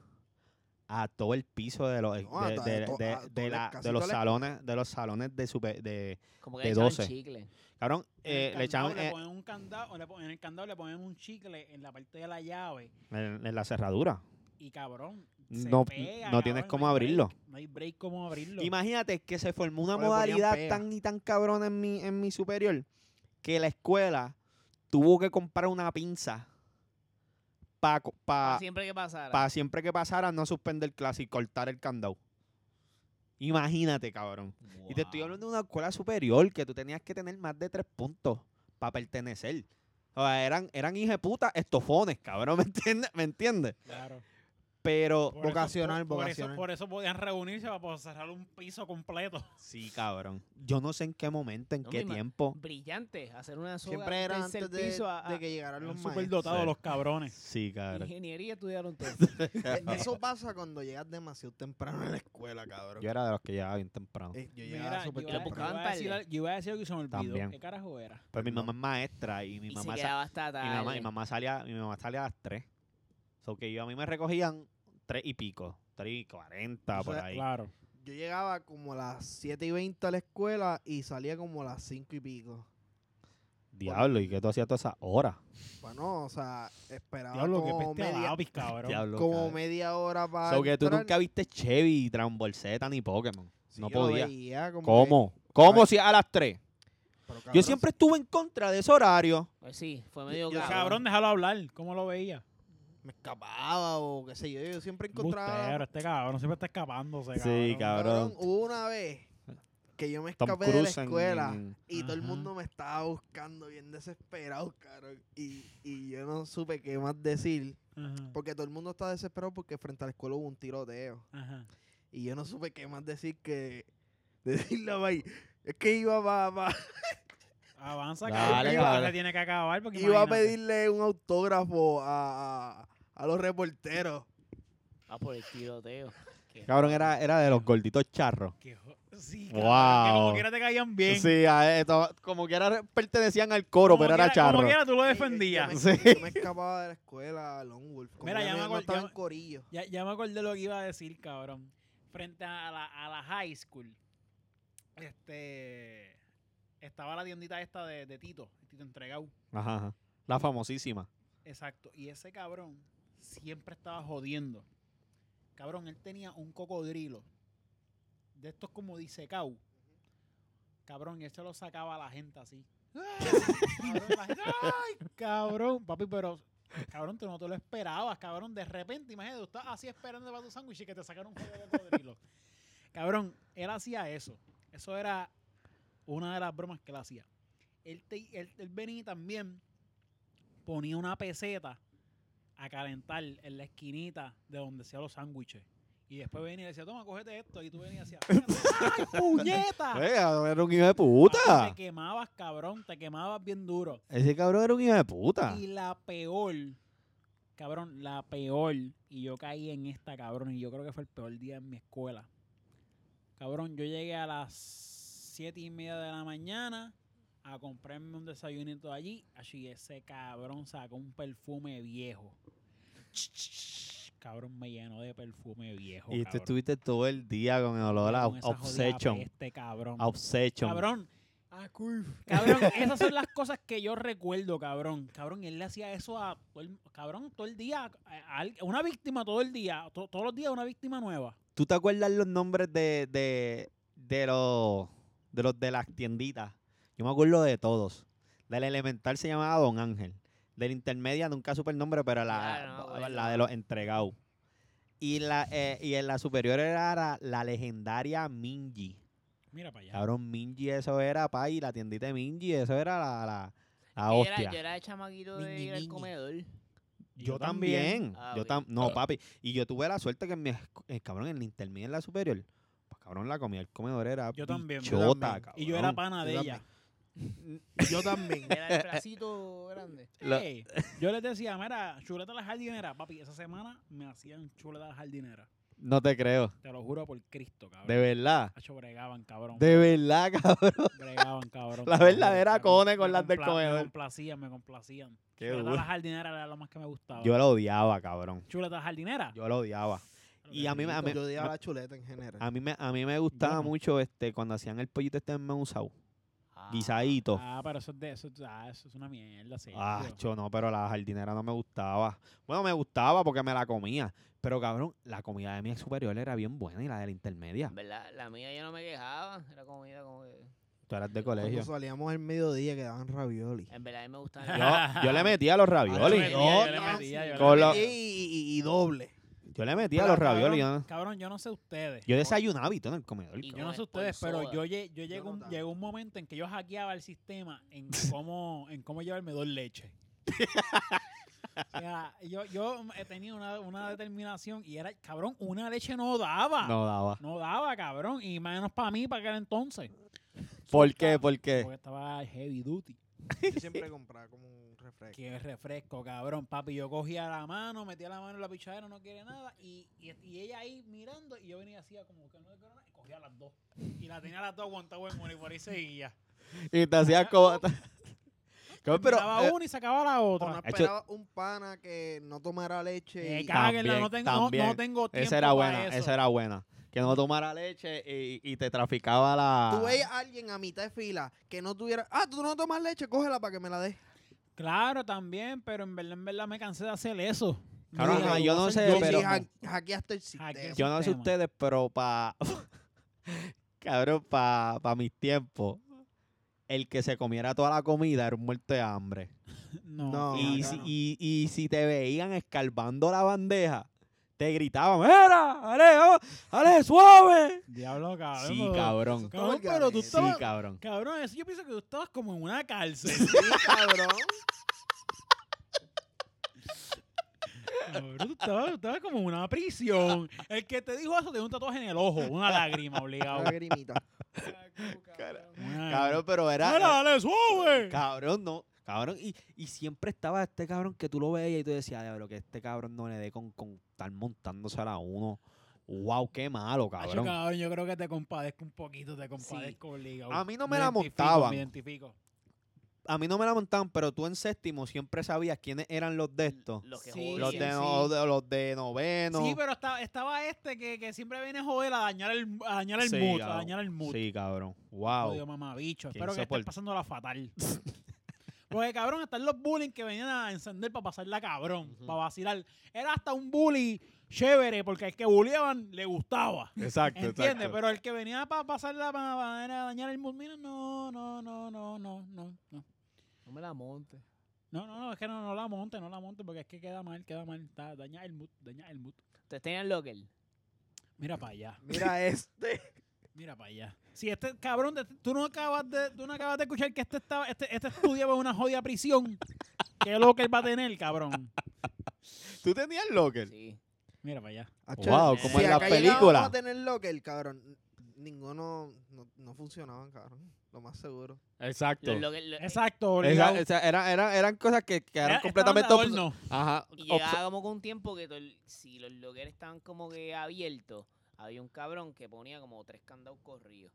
A todo el piso de los
No, a
de-
to-
de-
a to-
de-
a
de
to-
la-
casi
de los
toda la-
salones, de los salones de super, de
Como
de
que le echaban
12.
chicle.
cabrón,
En el
eh, le
candado
echaban eh,
ponen un candado, le pon- en el candado le ponen un chicle en la parte de la llave
en, en la cerradura.
y cabrón, se
No,
pega,
no tienes
cabrón,
cómo
hay
abrirlo.
break, no hay break cómo abrirlo.
Imagínate que se formó una
O le ponían
modalidad
pega.
tan y tan cabrona en mi, en mi superior que la escuela tuvo que comprar una pinza para
Para siempre que pasara.
siempre que pasara no suspender clase y cortar el candado. Imagínate, cabrón. Y te estoy
Wow.
hablando de una escuela superior que tú tenías que tener más de tres puntos para pertenecer. O sea, eran, eran hijos de puta estofones, cabrón, ¿me entiendes? ¿Me entiendes?
Claro.
Pero,
Por eso-
Vocacional,
por- por eso-
vocacional.
Por eso, podían reunirse para poder cerrar un piso completo.
sí, cabrón. Yo no sé en qué momento, en
No,
qué
mi ma-
tiempo.
Brillante. Hacer una soga
Siempre era
desde el
antes de,
piso a- a-
de que llegaran
Eran
los
súper
maestros.
dotados
Sí.
los cabrones.
Sí, cabrón.
Ingeniería estudiaron todos.
Eh, Eso pasa cuando llegas demasiado temprano a la escuela, cabrón.
Yo era de los que llegaba bien temprano.
Eh, yo llegaba
Mira, yo,
súper
iba- yo
temprano.
buscaban
iba a decir,
tarde.
al- yo iba a decir algo y se me olvidó.
También.
¿Qué carajo era?
Pues mi mamá es maestra y mi
y se
mamá, sa-
quedaba hasta
mi
tarde.
mamá, mi mamá salía, mi mamá salía a las 3. So que yo a mí me recogían 3 y pico, 3 y 40
O
por
sea,
ahí.
Claro.
Yo llegaba como a las 7 y 20 a la escuela y salía como a las 5 y pico.
Diablo, ¿y qué tú hacías todas esas horas?
Bueno, o sea, esperaba
Diablo, qué
como,
peste a
media,
lápiz, cabrón.
Diablo.
como
cabrón.
media hora para
So que tú
entrar.
nunca viste Chevy, Dragon Ball Z ni Pokémon.
Sí,
no
yo lo
podía.
veía como
¿Cómo? ¿Cómo
Ay.
si a las 3?
que- pero,
Yo
cabrón,
siempre estuve en contra de ese horario.
Pues sí, fue medio
yo-
cabrón.
Cabrón, déjalo hablar. ¿Cómo lo veía?
Me escapaba o qué sé yo. Yo siempre
Bustero,
encontraba...
este cabrón siempre está escapándose,
Sí,
cabrón.
cabrón.
hubo una vez que yo me
Tom
escapé de la
Cruise en-
escuela
en-
y todo el
Ajá.
mundo me estaba buscando bien desesperado, cabrón. Y, y yo no supe qué más decir.
Ajá,
Porque todo el mundo estaba desesperado porque frente a la escuela hubo un tiroteo.
ajá.
Y yo no supe qué más decir que decirle a May. Es que iba, pa- pa-
Avanza,
Dale,
cabrón. que
cabrón.
se tiene que acabar porque
iba a
imagínate.
pedirle un autógrafo a, a- a los reporteros.
Ah, por el tiroteo.
Cabrón, era, era de los gorditos charros.
Que jo- Sí,
Wow.
cabrón, que como quiera te caían bien.
Sí, a esto- como que era, pertenecían al coro,
Como
pero era
quiera- Como
charro.
quiera tú lo
Yo me,
defendías.
Sí.
yo me escapaba de la escuela a Lone Wolf. Como
Mira,
yo
ya
no-
me
no
acuer-
estaba
ya
en
me-
corillo.
Ya, ya me acordé lo que iba a decir, cabrón. Frente a la, a la high school, este estaba la tiendita esta de, de Tito, Tito Entregado.
Ajá, ajá. La famosísima.
Exacto. Y ese cabrón siempre estaba jodiendo. Cabrón, él tenía un cocodrilo. De estos como disecau. Cabrón, y él se lo sacaba a la gente así. cabrón, la gente, ¡Ay, cabrón! Papi, pero. Cabrón, tú no te lo esperabas, cabrón. De repente, imagínate, tú estás así esperando para tu sándwich y que te sacaron un juego de cocodrilo. cabrón, él hacía eso. Eso era una de las bromas que él hacía. Él, te- él, él venía y también ponía una peseta a calentar en la esquinita de donde hacía los sándwiches. Y después venía y decía, toma, cógete esto. Y tú venías y hacías, ¡ay, puñeta!
Venga, Pues, era un hijo de puta.
Ah,
Te quemabas, cabrón, te quemabas bien duro.
Ese cabrón era un hijo de puta.
Y la peor, cabrón, la peor. Y yo caí en esta, cabrón. Y yo creo que fue el peor día en mi escuela. Cabrón, yo llegué a las siete y media de la mañana a comprarme un desayunito allí. Allí ese cabrón sacó un perfume viejo. Cabrón, me llenó de perfume viejo.
Y tú
Oh, cabrón.
estuviste todo el día con el olor a
Con esa jodida
obsession.
peste, cabrón.
A obsession.
Cabrón. Cabrón, esas son las cosas que yo recuerdo, cabrón. Cabrón, él le hacía eso a todo el, cabrón todo el día, a, a al- a una víctima todo el día, to- todos los días una víctima nueva.
¿Tú te acuerdas los nombres de, de, de los de los de las tienditas? Yo me acuerdo de todos. Del elemental se llamaba Don Ángel. Del intermedia nunca supe el nombre, pero
Claro, no me
la,
acuerdo.
la de los entregados. Y la eh, y en la superior era la, la legendaria Minji.
Mira para allá.
Cabrón, Minji, eso era, pa, y la tiendita de Minji, eso era la, la, la
Yo era-
hostia.
Yo era el chamaquito de
Miñi,
ir al
miñi.
comedor.
Y
Yo también.
Ah,
yo
bien.
tam- no, papi. Y yo tuve la suerte que en mi escu- eh, cabrón, en la intermedia en la superior, pues cabrón, la comida del comedor era
Yo también.
bichota,
Yo también.
cabrón.
Y yo era pana de
Yo
ella.
Yo también.
Era el bracito grande.
Lo-
Ey, yo les decía, mira, chuleta a la jardinera. Papi, esa semana me hacían chuleta a la jardinera.
No te creo.
Te lo juro por Cristo, cabrón.
De verdad.
Hacho, bregaban, cabrón.
De verdad, cabrón.
bregaban, cabrón.
La
te lo
verdadera
juro.
cone
Me
con las del
compla-
comedor.
Me complacían, me complacían.
Qué
chuleta a
duro.
la jardinera era lo más que me gustaba.
Yo la odiaba, cabrón.
Chuleta a la jardinera.
Yo la odiaba. Y a mí, me- a mí,
Yo odiaba
a
la chuleta en general.
mí me, a mí me gustaba
no.
mucho este cuando hacían el pollito este en Meusau. Guisadito.
Ah, pero eso es de eso, ah, eso es una mierda, sí.
Ah,
tío.
yo no, pero la jardinera no me gustaba. Bueno, me gustaba porque me la comía. Pero cabrón, la comida de mi superior era bien buena y la de la intermedia.
Ah, ¿Verdad? La mía yo no me quejaba. Era comida como que.
Tú eras de
Cuando
colegio.
salíamos al mediodía quedaban ravioli.
En verdad a mí me gustaba.
Yo, yo le metía a los
Yo le
raviolis.
metía,
No,
yo le
no.
metía, yo le
Con lo-
Y, y- y doble.
Yo le metía a
Pero,
los
cabrón,
raviolis. ¿no?
Cabrón, yo no sé ustedes.
Yo desayunaba y todo en el comedor.
Y
Yo
cabrón.
no
con
sé ustedes,
sponsor.
pero yo, lle- yo llegué
no
un,
tanto.
llegó un momento en que yo hackeaba el sistema en cómo, en cómo llevarme dos leches. o sea, yo, yo he tenido una, una determinación y era, cabrón, una leche no daba. No,
No daba.
daba, cabrón. Y menos para mí, para aquel entonces.
¿Por
Solta-
qué? ¿Por qué?
Porque estaba heavy duty.
Yo siempre compraba como un refresco.
Qué refresco, cabrón, papi. Yo cogía la mano, metía la mano en la pichadera, no quiere nada. Y, y, y ella ahí mirando, y yo venía así como que no le quiero nada, y cogía las dos. Y la tenía las dos aguantaba en una y por ahí seguía.
Y te hacías como. Cabrón, pero.
Sacaba
eh,
una y sacaba la
O no
otra.
hecho-
esperaba un pana que no tomara leche.
Eh,
y-
cáguenla, no,
también,
tengo, no- no,
también.
tengo tiempo.
esa era
para
buena,
eso.
esa era buena. Que no tomara leche y, y te traficaba la.
Tú veías a alguien a mitad de fila que no tuviera. Ah, tú no tomas leche, cógela para que me la des.
Claro, también, pero en verdad, en verdad me cansé de hacer eso.
Cabrón,
Mira,
ajá,
lo
yo
voy a
no
hacer
sé,
Yo
pero-
sí hack- hackeaste el sistema.
Hackeo.
Yo no sé
sistema.
ustedes, pero para. cabrón, para mis tiempos. El que se comiera toda la comida era un muerto de hambre.
No.
No.
y,
acá
si,
no.
y, y si te veían escarbando la bandeja, te gritaban, ¡Mira! ¡Ale, oh, ale, suave!
Diablo, cabrón.
Sí, cabrón.
Todo el
Cabrón, pero tú
garete.
Sí,
estabas.
cabrón.
Cabrón, eso yo pienso que tú estabas como en una cárcel.
Sí, cabrón.
Cabrón, tú estabas, tú estabas como en una prisión. El que te dijo eso te dio un tatuaje en el ojo, una lágrima, obligado.
Lagrimita.
Una-
Cabrón, eh, pero era... eh,
Dale, dale, sube!
Cabrón, no. Cabrón, y, y siempre estaba este cabrón que tú lo veías y tú decías, diablo, que este cabrón no le dé con, con estar montándose a la uno. Wow, qué malo,
Acho,
cabrón.
cabrón, yo creo que te compadezco un poquito, te compadezco obligado.
A mí no me la
identifico,
montaban.
Me identifico.
A mí no me la montaban, pero tú en séptimo siempre sabías quiénes eran los de estos.
Los que
Sí,
Los
jodían.
de, no- de- los de noveno.
Sí, pero estaba, estaba este que, que siempre viene a joder a dañar el, a dañar el
Sí,
mood, a
cabrón.
dañar el mood.
Sí, cabrón. Wow.
Odio mamabicho.
Qué
Espero que estés
insoport-
pasándola fatal. Porque cabrón, están los bullying que venían a encender para pasarla cabrón,
Ujú.
para vacilar. Era hasta un bully chévere, porque el que bulleaban le gustaba.
Exacto,
¿Entiendes? Pero el que venía para pasarla para, dañar el mundo, mira, no, no, no, no, no, no, no.
No me la monte.
No, no, no, es que no, no la monte, no la monte, porque es que queda mal, queda mal. Está, daña el mood, daña el mood.
Ustedes tenían locker.
Mira para allá.
Mira este.
Mira para allá. Si este cabrón, de- tú no acabas de, tú no acabas de escuchar que este estaba, este, este estudiaba en una jodida prisión. Qué loco él va a tener, cabrón.
¿Tú tenías locker?
Sí.
Mira para allá.
Acho,
Wow,
como en la
acá llegábamos
película.
a tener locker, cabrón. Ninguno no, no funcionaban, cabrón. Lo más seguro.
Exacto.
Los lockers- los-
Exacto,
Esa-
obligado.
esa- era- era- eran cosas que, que eran
Era-
completamente
estaban de
obs-
adorno.
Ajá.
Y
obs-
llegaba como con un tiempo que todo el- si los lockers estaban como que abiertos, había un cabrón que ponía como tres candados corridos.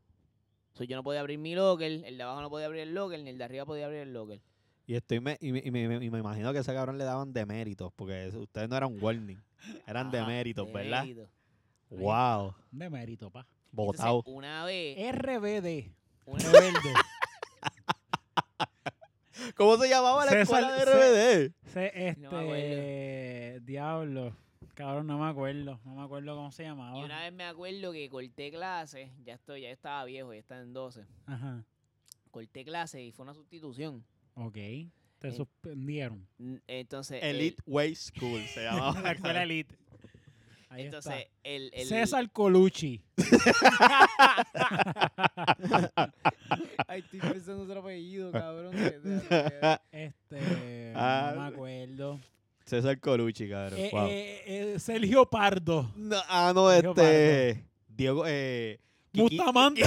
So, yo no podía abrir mi locker, el de abajo no podía abrir el locker, ni el de arriba podía abrir el locker.
Y estoy me, y, me, y me- y me imagino que a ese cabrón le daban deméritos, porque eso- ustedes no eran warning,
Ah,
eran
Ajá,
deméritos, ¿verdad?
deméritos.
Wow,
De mérito, pa.
Entonces,
botado.
una
Eh,
vez,
RBD.
una
Rebelde.
¿Cómo se llamaba la
César-
escuela de
Ce- Eh,
RBD?
Se-
No me
este. Diablo. Cabrón, no me acuerdo. No me acuerdo cómo se llamaba.
Y una vez me acuerdo que corté clases, ya estoy, ya estaba viejo, ya estaba en 12.
Ajá.
Corté clases y fue una sustitución.
Ok. Te
Eh,
suspendieron.
N- Entonces, el-
Elite Way School se llamaba.
eh, La escuela elite. Ahí
entonces,
está.
el, el-
César Colucci.
Ay, estoy pensando otro apellido, cabrón. que sea-
Este.
Ah.
no me acuerdo.
César Colucci, cabrón.
Eh,
wow.
eh, eh, Sergio Pardo.
No, ah, no,
Diego
este. Diego, eh. Kiki-
Bustamante.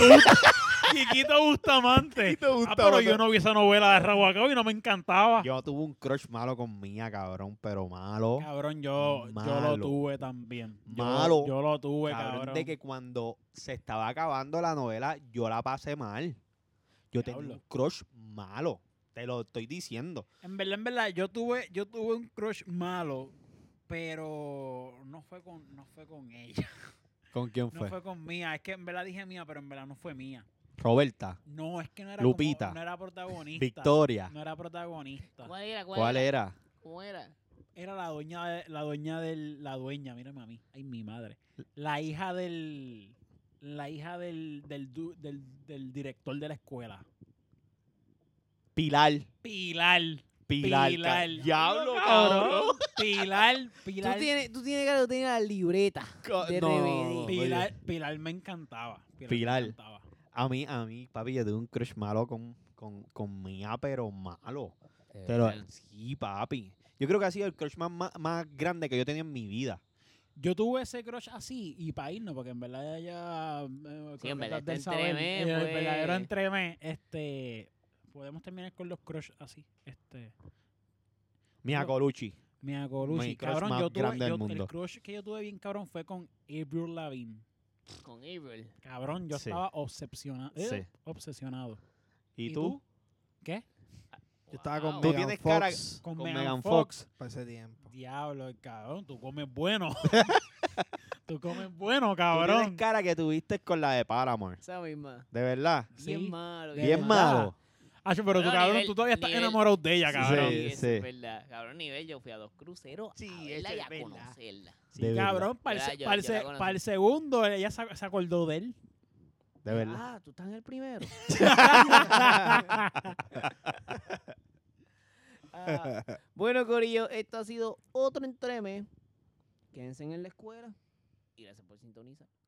Quiquito Bustamante.
Kikito
Ah, pero
Bustamante.
yo no vi esa novela de Raguacao y no me encantaba.
Yo tuve un crush malo con Mía, cabrón, pero malo.
Cabrón, yo, yo
Malo.
lo tuve también. Yo-
Malo.
Yo lo tuve,
cabrón,
cabrón.
de que cuando se estaba acabando la novela, yo la pasé mal. Yo tenía
Diablo.
un crush malo. Te lo estoy diciendo.
En verdad, en verdad, yo tuve, yo tuve un crush malo, pero no fue con, no fue con ella.
¿Con quién
No fue con mía. Es que en verdad dije mía, pero en verdad no fue mía.
Roberta,
No, es que no era
Lupita.
como- no era protagonista.
Victoria.
No era protagonista.
¿Cuál era? ¿Cuál,
¿Cuál
era?
era?
¿Cómo era?
Era la dueña de- la dueña del, la dueña, mírame a mí. Ay, mi madre. La hija del, la hija del, del, du- del, del director de la escuela.
Pilar.
Pilar.
Pilar.
Pilar.
ca- Diablo,
Diablo,
cabrón.
Pilar,
Tú
Pilar.
tienes, tú tienes que tener la libreta.
Co-
de
no,
RBD.
oye,
Pilar, Pilar me encantaba. Pilar.
Pilar.
Me encantaba.
A mí, a mí, papi, yo tuve un crush malo con, con, con Mía, pero malo.
Eh,
Pero sí, papi. Yo creo que ha sido el crush más, más, más grande que yo tenía en mi vida.
Yo tuve ese crush así y para irnos, porque en verdad ella. eh,
Sí,
creo
en
que
verdad
estás del
está
saber,
entremés,
eh, El
pues.
verdadero entremés. Este. Podemos terminar con los crush así. Este.
Mía
No.
Colucci.
Mia Colucci.
Mi crush
Cabrón,
más
yo tuve.
grande del
yo-
mundo.
El crush que yo tuve bien cabrón fue con Avril Lavigne.
Con April.
Cabrón, yo
Sí.
estaba obsesionado.
Sí.
Obsesionado.
¿Y, tú?
¿Qué?
Yo estaba con
Wow.
Tú
Megan
tienes
Fox
cara-
Con,
Con
Megan,
Megan
Fox.
para ese tiempo.
Diablo, cabrón, tú comes bueno. tú comes bueno,
Tú
cabrón.
tienes cara que tuviste con la de Paramore.
Esa misma.
De verdad.
Sí.
Bien malo.
De
Bien
verdad.
malo.
Ah, pero tú,
Pero
cabrón,
nivel-
tú todavía estás
nivel-
enamorado de ella,
Sí,
cabrón.
sí.
Sí, eso es verdad. Cabrón, nivel, yo fui a dos cruceros
Sí,
a verla
eso
y
es
a
verdad.
conocerla.
De verdad.
Cabrón, para
Verdad,
el,
yo-
para, el,
yo la
se-
conocí.
para el segundo, ella se, se acordó de él.
De verdad.
Ah, tú estás en el primero. Ah, bueno, Corillo, esto ha sido otro entreme. Quédense en la escuela y gracias por sintonizar.